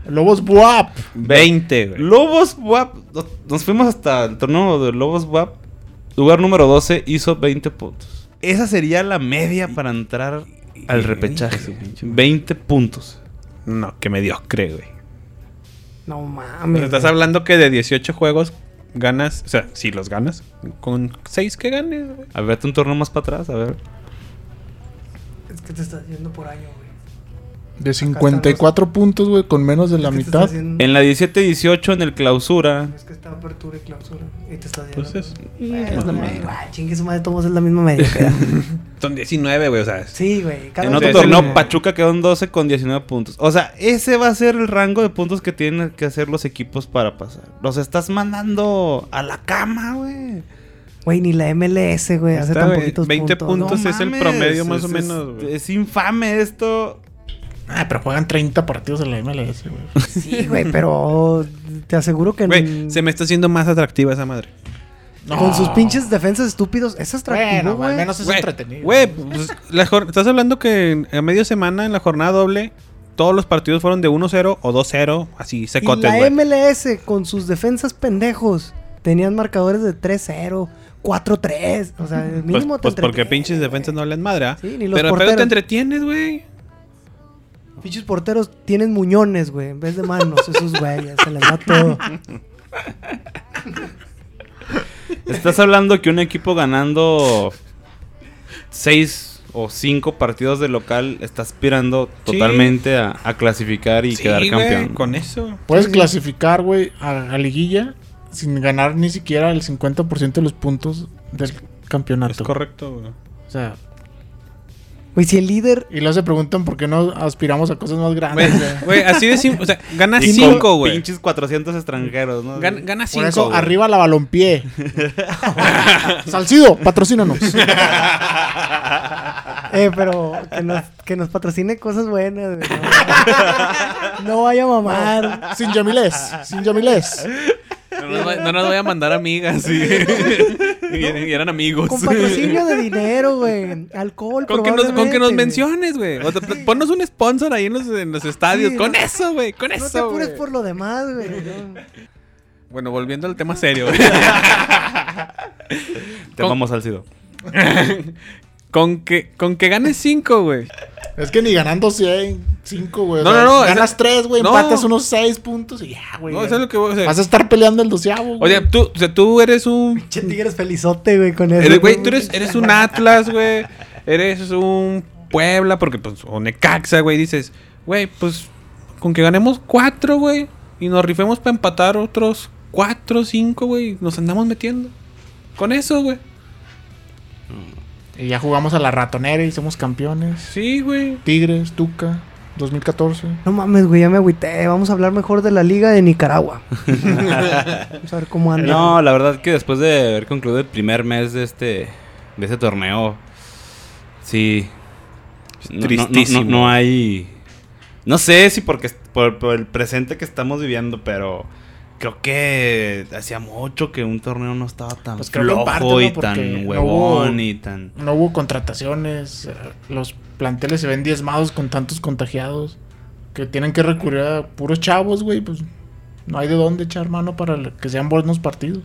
Speaker 4: Lobos Buap.
Speaker 3: 20, güey.
Speaker 1: Lobos WAP, no- nos fuimos hasta el torneo de Lobos WAP, lugar número 12, hizo 20 puntos. Esa sería la media para entrar al repechaje. 20 puntos.
Speaker 3: No, que mediocre, güey.
Speaker 2: No mames.
Speaker 3: Estás
Speaker 2: güey.
Speaker 3: hablando que de 18 juegos ganas, o sea, si los ganas, con 6 que ganes, güey.
Speaker 1: A ver, vete un torneo más para atrás, a ver.
Speaker 2: Es que te estás yendo por año, güey.
Speaker 4: De 54 puntos, güey, con menos de la
Speaker 2: Es que te
Speaker 4: mitad.
Speaker 2: estás yendo-
Speaker 1: En la 17-18, en el clausura,
Speaker 2: Es que está apertura y clausura. Y te estás
Speaker 3: Pues
Speaker 2: yendo.
Speaker 3: es-
Speaker 2: Bueno, güey, Chingue su madre, todos es la misma mediocridad.
Speaker 3: Son 19, güey, o sea.
Speaker 2: sí, güey. cada
Speaker 1: En
Speaker 2: uno
Speaker 1: otro
Speaker 3: Sí,
Speaker 2: tiene-
Speaker 1: torneo, Pachuca quedó en 12 con 19 puntos. O sea, ese va a ser el rango de puntos que tienen que hacer los equipos para pasar. Los estás mandando a la cama, güey.
Speaker 2: Güey, ni la MLS, güey. Hace
Speaker 3: Está,
Speaker 2: tan
Speaker 3: güey,
Speaker 2: poquitos
Speaker 3: 20
Speaker 2: puntos.
Speaker 3: puntos. Entonces, es el promedio más o
Speaker 1: es-
Speaker 3: menos,
Speaker 1: Es,
Speaker 3: güey.
Speaker 1: es infame esto.
Speaker 4: Ah, pero juegan 30 partidos en la MLS, güey.
Speaker 3: (laughs)
Speaker 2: Sí, güey, pero te aseguro que Mm.
Speaker 3: Güey, se me está haciendo más atractiva esa madre.
Speaker 2: Con sus pinches defensas estúpidos. Es atractivo,
Speaker 4: Bueno,
Speaker 2: güey.
Speaker 4: al menos es
Speaker 3: Güey,
Speaker 4: entretenido.
Speaker 3: Güey, pues, la jor- estás hablando que en- a media semana en la jornada doble todos los partidos fueron de 1-0 o 2-0, así
Speaker 2: Y
Speaker 3: secotes,
Speaker 2: la
Speaker 3: güey.
Speaker 2: MLS con sus defensas pendejos tenían marcadores de 3-0, 4-3. O sea, el
Speaker 3: Pues,
Speaker 2: mínimo
Speaker 3: pues
Speaker 2: te
Speaker 3: porque
Speaker 2: entretiene,
Speaker 3: pinches
Speaker 2: güey.
Speaker 3: defensas no hablan madre, ¿ah?
Speaker 2: Sí, ni los
Speaker 3: Pero pero
Speaker 2: porteros.
Speaker 3: te entretienes, güey.
Speaker 2: Pinches porteros tienen muñones, güey, en vez de manos. Esos güeyes, se les da
Speaker 3: (laughs)
Speaker 2: todo.
Speaker 1: Estás hablando que un equipo ganando 6 o 5 partidos de local está aspirando
Speaker 3: Sí.
Speaker 1: totalmente a, a clasificar y
Speaker 3: Sí,
Speaker 1: quedar
Speaker 3: güey,
Speaker 1: campeón.
Speaker 3: Con eso.
Speaker 4: Puedes clasificar, güey, a, a liguilla sin ganar ni siquiera el 50% de los puntos del
Speaker 3: Es
Speaker 4: campeonato.
Speaker 3: correcto, güey.
Speaker 4: O sea,
Speaker 2: Güey, si el líder.
Speaker 4: y luego se preguntan por qué no aspiramos a cosas más
Speaker 3: Güey,
Speaker 4: grandes. güey.
Speaker 3: (laughs) Güey, así de simple. O sea, ganas
Speaker 1: Y
Speaker 3: 5,
Speaker 1: con
Speaker 3: güey.
Speaker 1: Pinches 400 extranjeros, ¿no?
Speaker 3: Gan- Gana
Speaker 4: Por
Speaker 3: 5.
Speaker 4: eso, arriba
Speaker 2: (laughs)
Speaker 4: la balompié. Salcido, patrocínanos.
Speaker 2: Eh, pero que nos, que nos patrocine cosas buenas, güey. No, (laughs) No vaya a mamar.
Speaker 4: Sin Yamilés, sin Yamilés.
Speaker 5: No nos, va- no nos voy a mandar amigas.
Speaker 2: (laughs)
Speaker 5: sí. y, y eran amigos.
Speaker 2: Con patrocinio de dinero, güey. Alcohol,
Speaker 3: (laughs) Con que, nos, con que
Speaker 2: probablemente,
Speaker 3: nos
Speaker 2: güey.
Speaker 3: menciones, güey. O sea, ponnos un sponsor ahí en los, en los estadios.
Speaker 2: Sí,
Speaker 3: con
Speaker 2: no-
Speaker 3: eso, güey. Con
Speaker 2: No te
Speaker 3: eso.
Speaker 2: apures
Speaker 3: güey.
Speaker 2: por lo demás, güey. No.
Speaker 3: Bueno, volviendo al tema serio. güey.
Speaker 1: (laughs)
Speaker 3: (laughs)
Speaker 1: Te
Speaker 3: Con-
Speaker 1: vamos al Cido.
Speaker 3: con, que, con que ganes 5, güey.
Speaker 4: Es que ni ganando 100, 5, güey.
Speaker 3: No,
Speaker 4: O sea,
Speaker 3: no, no,
Speaker 4: Ganas
Speaker 3: esa-
Speaker 4: 3, güey,
Speaker 3: no.
Speaker 4: empatas unos 6 puntos y ya, güey.
Speaker 3: No, eso es lo que voy a
Speaker 4: Vas
Speaker 3: hacer.
Speaker 4: a estar peleando el doceavo,
Speaker 3: O
Speaker 4: güey.
Speaker 3: sea, tú, o sea, tú eres un.
Speaker 2: Che, tigres felizote, güey, con eso.
Speaker 3: eres- Eh, Güey, tú eres, eres un Atlas, güey. Eres un Puebla, porque pues. O Necaxa, güey. Dices, güey, pues. Con que ganemos 4, güey. Y nos rifemos para empatar otros 4, 5, güey. Nos andamos metiendo. Con eso, güey.
Speaker 4: Y ya jugamos a la ratonera y somos campeones.
Speaker 3: Sí, güey.
Speaker 4: Tigres, Tuca, 2014.
Speaker 2: No mames, güey, ya me agüité. Vamos a hablar mejor de la Liga de
Speaker 3: (laughs)
Speaker 2: Nicaragua. Vamos a ver cómo anda.
Speaker 1: No, la verdad que después de haber concluido el primer mes de este de este torneo, sí. No- no- no-
Speaker 3: Tristísimo.
Speaker 1: No, no, hay. No sé si porque por, por el presente que estamos viviendo, pero creo que hacía mucho que un torneo no estaba tan
Speaker 4: Pues creo que en
Speaker 1: flojo
Speaker 4: parte, ¿no?
Speaker 1: y
Speaker 4: Porque
Speaker 1: tan
Speaker 4: no
Speaker 1: huevón
Speaker 4: hubo-
Speaker 1: y tan.
Speaker 4: No hubo contrataciones. eh, Los planteles se ven diezmados con tantos contagiados. Que tienen que recurrir a puros chavos, güey. Pues no hay de dónde echar mano para que sean buenos partidos.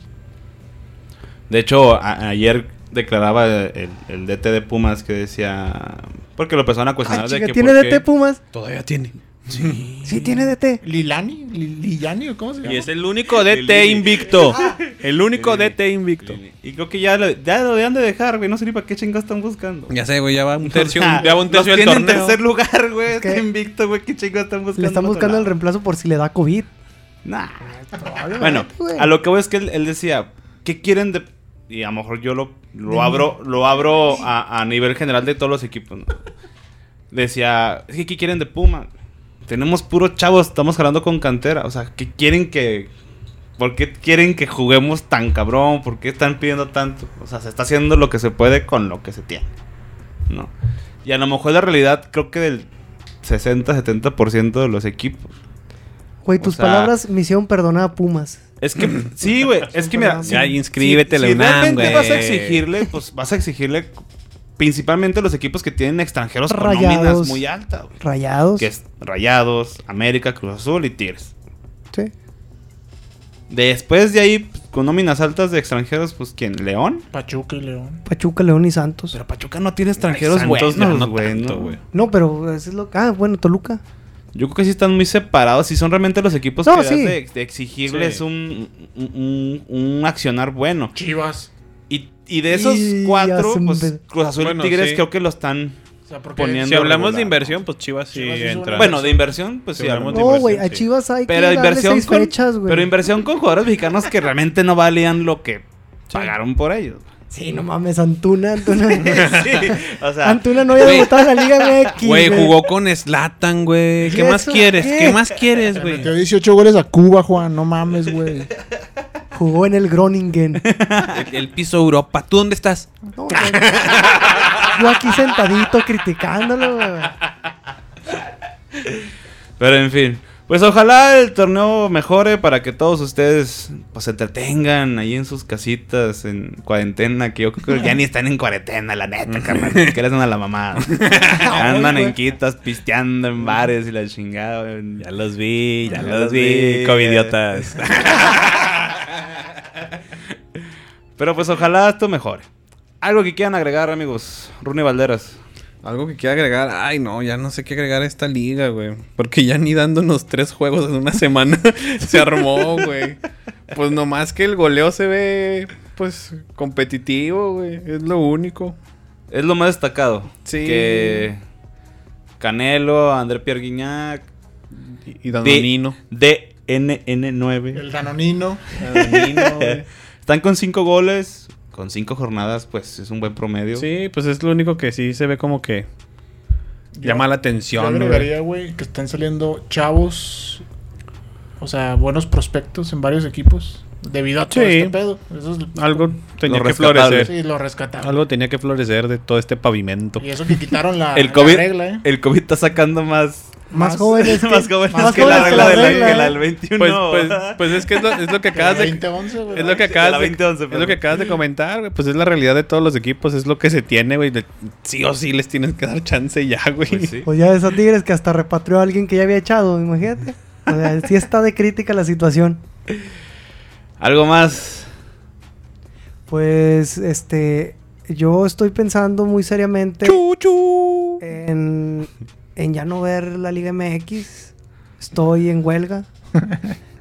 Speaker 1: De hecho, a- ayer declaraba el, el DT de Pumas que decía. Porque lo empezaron
Speaker 3: pues,
Speaker 1: a
Speaker 2: Ah,
Speaker 1: cuestionar de
Speaker 2: chica,
Speaker 1: que.
Speaker 2: ¿Tiene
Speaker 1: por qué-
Speaker 2: DT Pumas?
Speaker 3: Todavía tiene.
Speaker 2: Sí, tiene DT.
Speaker 4: ¿Lilani? Li- ¿Lillani? o ¿Cómo se llama?
Speaker 3: Y es el único DT
Speaker 1: Ah,
Speaker 3: invicto. (laughs) El único DT invicto.
Speaker 1: Y creo que ya lo, ya lo deberían de dejar, güey. No sé ni para qué chingados están buscando.
Speaker 3: Ya sé, güey, ya va un
Speaker 1: (laughs)
Speaker 3: tercio,
Speaker 1: O sea,
Speaker 3: ya va un tercio
Speaker 1: los
Speaker 3: del
Speaker 1: tienen
Speaker 3: torneo.
Speaker 1: en tercer lugar, güey.
Speaker 2: que-
Speaker 1: Está invicto, güey. ¿Qué chingados están buscando?
Speaker 2: Le están
Speaker 1: al otro
Speaker 2: buscando el
Speaker 1: lado?
Speaker 2: reemplazo por si le da COVID.
Speaker 1: Nah.
Speaker 2: Probablemente,
Speaker 1: Bueno,
Speaker 2: güey.
Speaker 1: a lo que voy es que él, él decía, ¿qué quieren de...? Y a lo mejor yo lo, lo abro, lo abro a, a nivel general de todos los equipos. ¿no? Decía, "Es que, ¿qué quieren de Puma? Tenemos puros chavos, estamos jalando con cantera. O sea, ¿qué quieren que...? ¿Por qué quieren que juguemos tan cabrón? ¿Por qué están pidiendo tanto? O sea, se está haciendo lo que se puede con lo que se tiene. ¿No? Y a lo mejor la realidad creo que del 60-70% de los equipos.
Speaker 2: Güey,
Speaker 1: o
Speaker 2: tus
Speaker 1: sea-
Speaker 2: palabras me hicieron perdonar a Pumas.
Speaker 1: Es que, (laughs) sí, güey. Es que mira.
Speaker 2: Sí,
Speaker 1: si-
Speaker 3: ya inscríbete a la
Speaker 1: si
Speaker 3: UNAM,
Speaker 1: realmente
Speaker 3: güey.
Speaker 1: vas a exigirle, pues vas a exigirle principalmente a los equipos que tienen extranjeros con
Speaker 2: Rayados.
Speaker 1: nóminas muy altas, güey.
Speaker 2: Rayados.
Speaker 1: Que es Rayados, América, Cruz Azul y Tigres.
Speaker 2: Sí.
Speaker 1: Después de ahí, pues, con nóminas altas de extranjeros, pues ¿quién? ¿León?
Speaker 4: Pachuca y León.
Speaker 2: Pachuca, León y Santos.
Speaker 1: Pero Pachuca no tiene extranjeros
Speaker 3: Santos
Speaker 1: buenos,
Speaker 3: ya no
Speaker 1: güey.
Speaker 3: tanto,
Speaker 1: ¿no?
Speaker 3: güey.
Speaker 2: No, pero eso es lo Ah, bueno, Toluca.
Speaker 1: Yo creo que sí están muy separados. Si son realmente los equipos que
Speaker 2: No,
Speaker 1: das
Speaker 2: sí.
Speaker 1: de, de exigirles
Speaker 3: Sí.
Speaker 1: un- un- un- un accionar bueno.
Speaker 4: Chivas.
Speaker 1: Y, y de esos
Speaker 2: Y
Speaker 1: cuatro,
Speaker 2: hacen
Speaker 1: pues
Speaker 2: ver-
Speaker 1: Cruz Azul
Speaker 3: Bueno,
Speaker 1: y Tigres
Speaker 3: sí.
Speaker 1: creo que lo están.
Speaker 4: O sea, porque
Speaker 1: Poniendo-
Speaker 3: Si hablamos de
Speaker 1: regular.
Speaker 3: inversión, pues Chivas sí
Speaker 4: Chivas es
Speaker 3: entra.
Speaker 4: una-
Speaker 1: Bueno, de inversión, pues
Speaker 3: Sí,
Speaker 1: sí. a lo
Speaker 3: hablamos de
Speaker 1: mejor.
Speaker 2: No, güey, a
Speaker 3: inversión, sí.
Speaker 2: Chivas hay
Speaker 1: Pero
Speaker 2: que darle
Speaker 1: inversión,
Speaker 2: seis
Speaker 1: con,
Speaker 2: fechas, güey.
Speaker 1: pero inversión con jugadores mexicanos que realmente no valían lo que pagaron por ellos.
Speaker 2: Sí, no mames, Antuna, (laughs) Antuna.
Speaker 1: sí, o sea,
Speaker 2: Antuna no había
Speaker 3: Güey.
Speaker 2: debutado en la
Speaker 1: (laughs)
Speaker 2: Liga MX.
Speaker 3: Güey, jugó con Slatan, güey.
Speaker 2: ¿Y
Speaker 3: ¿Qué más
Speaker 2: eso
Speaker 3: quieres?
Speaker 2: qué?
Speaker 3: ¿Qué más
Speaker 2: (laughs)
Speaker 3: quieres,
Speaker 4: Le
Speaker 3: güey?
Speaker 4: metió 18 goles a Cuba, Juan. No mames, güey.
Speaker 2: Jugó en el
Speaker 1: (laughs)
Speaker 2: Groningen.
Speaker 3: El, el piso Europa. ¿Tú dónde estás?
Speaker 2: No, güey. Yo aquí sentadito criticándolo, güey.
Speaker 1: pero en fin. Pues ojalá el torneo mejore para que todos ustedes pues se entretengan ahí en sus casitas en cuarentena, que yo creo que ya ni están en cuarentena, la
Speaker 5: (laughs)
Speaker 1: neta, carnal. Que les dan a la mamá. Andan en quitas pisteando en bares y la chingada. güey.
Speaker 5: Ya los vi, ya,
Speaker 1: Ya
Speaker 5: los
Speaker 1: los
Speaker 5: vi, (laughs)
Speaker 1: vi.
Speaker 5: covidiotas.
Speaker 1: Pero pues ojalá esto mejore. Algo que quieran agregar, amigos. Rune Valderas.
Speaker 3: Algo que quiera agregar. Ay, no, ya no sé qué agregar a esta liga, güey. Porque ya ni dándonos tres juegos en una semana (laughs) se armó, güey. Pues nomás que el goleo se ve, pues, competitivo, güey. Es lo único.
Speaker 1: Es lo más destacado.
Speaker 3: Sí.
Speaker 1: Que Canelo, André Pierre Guignac,
Speaker 3: Y, y Danonino.
Speaker 1: DNN9. (laughs)
Speaker 4: (laughs) El danonino.
Speaker 3: (laughs) Danonino, güey.
Speaker 1: Eh, Están con 5 goles. Con 5 jornadas, pues es un buen promedio.
Speaker 3: Sí, pues es lo único que sí se ve como que llama la
Speaker 4: Yo
Speaker 3: atención, güey.
Speaker 4: agregaría, güey, que están saliendo chavos, o sea, buenos prospectos en varios equipos. Debido a todo
Speaker 3: Sí.
Speaker 4: este pedo. Eso es
Speaker 3: Algo tenía
Speaker 1: Lo
Speaker 3: que
Speaker 1: rescatable.
Speaker 3: florecer.
Speaker 4: Sí, lo rescataron.
Speaker 3: Algo tenía que florecer de todo este (laughs) pavimento.
Speaker 4: Y eso que quitaron la,
Speaker 1: El
Speaker 4: la
Speaker 1: COVID,
Speaker 4: regla, ¿eh?
Speaker 1: el COVID está sacando más,
Speaker 2: Más
Speaker 1: (laughs)
Speaker 2: jóvenes Pues que-
Speaker 1: más jóvenes
Speaker 2: más
Speaker 1: que,
Speaker 2: jóvenes
Speaker 1: la
Speaker 2: que
Speaker 1: regla
Speaker 2: la
Speaker 1: de la-
Speaker 2: regla,
Speaker 1: que la
Speaker 2: ¿eh?
Speaker 1: del 21.
Speaker 3: Pues, pues, pues es que es lo, es lo que acabas (laughs) de...
Speaker 4: 20-11, güey.
Speaker 3: Es lo que
Speaker 1: De la
Speaker 3: acabas de,
Speaker 1: 2011,
Speaker 3: es lo que
Speaker 1: perdón.
Speaker 3: acabas de comentar, güey. Pues es la realidad de todos los equipos. Es lo que se tiene, güey. de- Sí o sí les tienes que dar chance ya, güey.
Speaker 1: Pues sí.
Speaker 2: Pues ya ves a Tigres que hasta repatrió a alguien que ya había echado, imagínate. O sea, sí está de crítica la situación.
Speaker 1: (laughs) Algo más.
Speaker 2: Pues, este, yo estoy pensando muy seriamente En, en ya no ver la Liga MX. Estoy en huelga.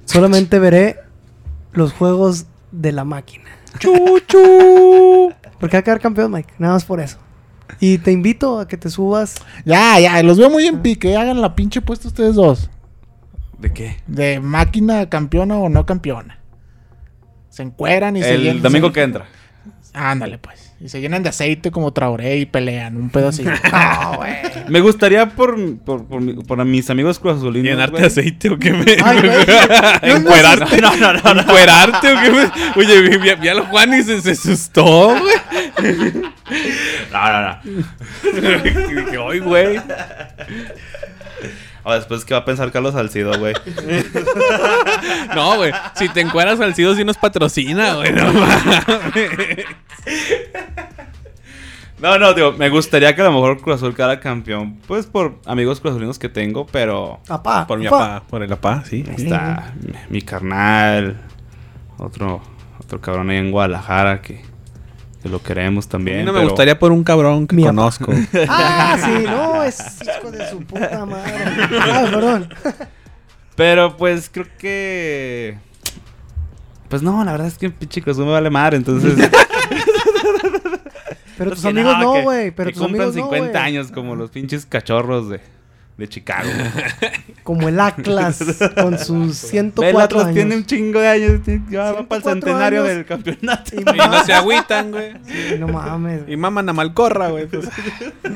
Speaker 2: Solamente veré los juegos de la máquina. Porque va a quedar campeón, Mike. Nada más por eso. Y te invito a que te subas.
Speaker 4: Ya, ya, los veo muy en pique. ¿eh? Hagan la pinche puesta ustedes dos.
Speaker 1: ¿De qué?
Speaker 4: De máquina campeona o no campeona. Se encueran y se
Speaker 1: El
Speaker 4: llenan-
Speaker 1: domingo
Speaker 4: se-
Speaker 1: que entra.
Speaker 4: Ándale, pues. Y se llenan de aceite como Traoré y pelean. Un
Speaker 1: (laughs)
Speaker 4: pedo así. No, güey.
Speaker 1: Me gustaría por, por, por, mi- por mis amigos cruzazulinos.
Speaker 3: ¿Llenarte
Speaker 1: güey.
Speaker 3: aceite o qué me.
Speaker 2: Ay, güey.
Speaker 3: ¿Encuerarte? No, no, no. ¿Encuerarte o qué me. Oye, vi, vi a los Juan y se, se asustó, güey.
Speaker 1: No, no, no.
Speaker 3: Y (laughs) dije, Ay, güey.
Speaker 1: O después, ¿qué va a pensar Carlos Salcido, güey?
Speaker 3: No, güey. Si te encueras al Cido, sí nos patrocina, güey. No mames.
Speaker 1: No, no, digo, me gustaría que a lo mejor Cruz Azul quedara campeón. Pues por amigos cruzazulinos que tengo, pero
Speaker 2: Apá.
Speaker 3: Por mi
Speaker 2: apá.
Speaker 3: papá, por el papá, sí.
Speaker 1: ahí está mi, mi carnal, otro, otro cabrón ahí en Guadalajara que, que lo queremos también.
Speaker 3: A mí no me
Speaker 1: pero-
Speaker 3: gustaría por un cabrón que
Speaker 2: Mi papá.
Speaker 3: conozco.
Speaker 2: Ah, sí, no, es hijo de su puta madre. Ah, perdón.
Speaker 1: Pero pues creo que. Pues no, la verdad es que pinche Cruz Azul me vale madre, entonces.
Speaker 2: Pero tus
Speaker 1: Que
Speaker 2: amigos no,
Speaker 1: que-
Speaker 2: güey. Pero
Speaker 1: que
Speaker 2: tus
Speaker 1: cumplan
Speaker 2: amigos no.
Speaker 1: 50
Speaker 2: güey.
Speaker 1: años como los pinches cachorros de, de (laughs) Chicago.
Speaker 2: Como el Atlas
Speaker 1: (laughs)
Speaker 2: con sus 104
Speaker 1: El Atlas
Speaker 2: años.
Speaker 1: tiene un chingo de años. Ya va para el
Speaker 2: 104
Speaker 1: centenario
Speaker 2: años.
Speaker 1: del campeonato.
Speaker 2: Y
Speaker 3: Y no
Speaker 2: más-
Speaker 3: se agüitan, güey.
Speaker 2: Sí, no mames.
Speaker 3: Y maman a Malcorra, güey. pues.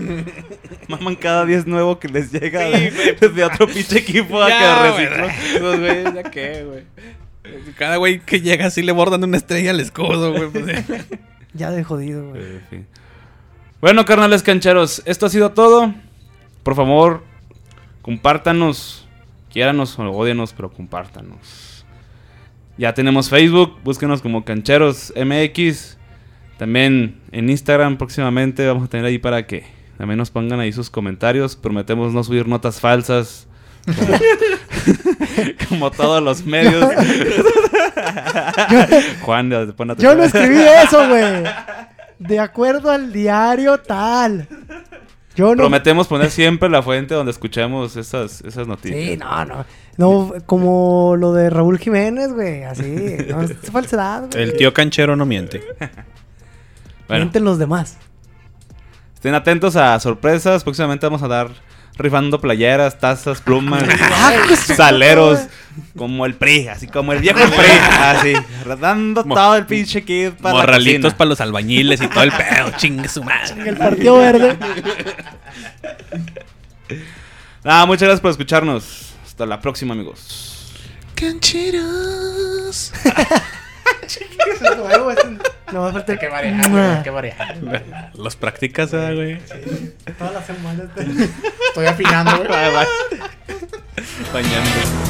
Speaker 1: (laughs) Maman cada 10 nuevo que les llega
Speaker 3: Sí,
Speaker 1: de,
Speaker 3: güey.
Speaker 1: desde otro pinche equipo a
Speaker 3: Ya,
Speaker 1: que recicló.
Speaker 3: Pues, güey, ya qué, güey. Cada güey que llega así le bordan una estrella al escudo, güey. pues.
Speaker 2: Ya de jodido, güey.
Speaker 1: En fin. Bueno, carnales cancheros, esto ha sido todo. Por favor, compártanos. Quiéranos o odienos, pero compártanos. Ya tenemos Facebook, búsquenos como Cancheros MX. También en Instagram próximamente vamos a tener ahí para que también nos pongan ahí sus comentarios. Prometemos no subir notas falsas. Como, (laughs) como todos los medios. Juan, pon
Speaker 2: Yo
Speaker 1: atención.
Speaker 2: no escribí eso, güey. De acuerdo al diario tal. Yo no.
Speaker 1: Prometemos poner siempre la fuente donde escuchamos esas, esas noticias.
Speaker 2: Sí, no, no. No, como lo de Raúl Jiménez, güey. Así. No, es falsedad, güey.
Speaker 3: El tío canchero no miente.
Speaker 1: Bueno,
Speaker 2: Mienten
Speaker 1: (laughs)
Speaker 2: los demás.
Speaker 1: estén atentos a sorpresas. Próximamente vamos a dar rifando playeras, tazas,
Speaker 2: (laughs)
Speaker 1: plumas,
Speaker 2: Ah,
Speaker 1: saleros, como el PRI, así como el viejo PRI, así, dando
Speaker 3: Mo-
Speaker 1: todo el pinche kit para la
Speaker 3: Morralitos
Speaker 1: cocina.
Speaker 3: para los albañiles y todo el pedo. Chingue su madre.
Speaker 2: El
Speaker 1: (laughs)
Speaker 2: partido verde.
Speaker 1: Nada, muchas gracias por escucharnos. Hasta la próxima, amigos.
Speaker 3: Cancheros.
Speaker 2: No Ah. va a faltar
Speaker 4: Qué variable, güey, qué variable.
Speaker 3: Los practicas, ah, güey.
Speaker 2: Todas las semanas.
Speaker 4: Estoy afinando, güey.
Speaker 3: Bañando.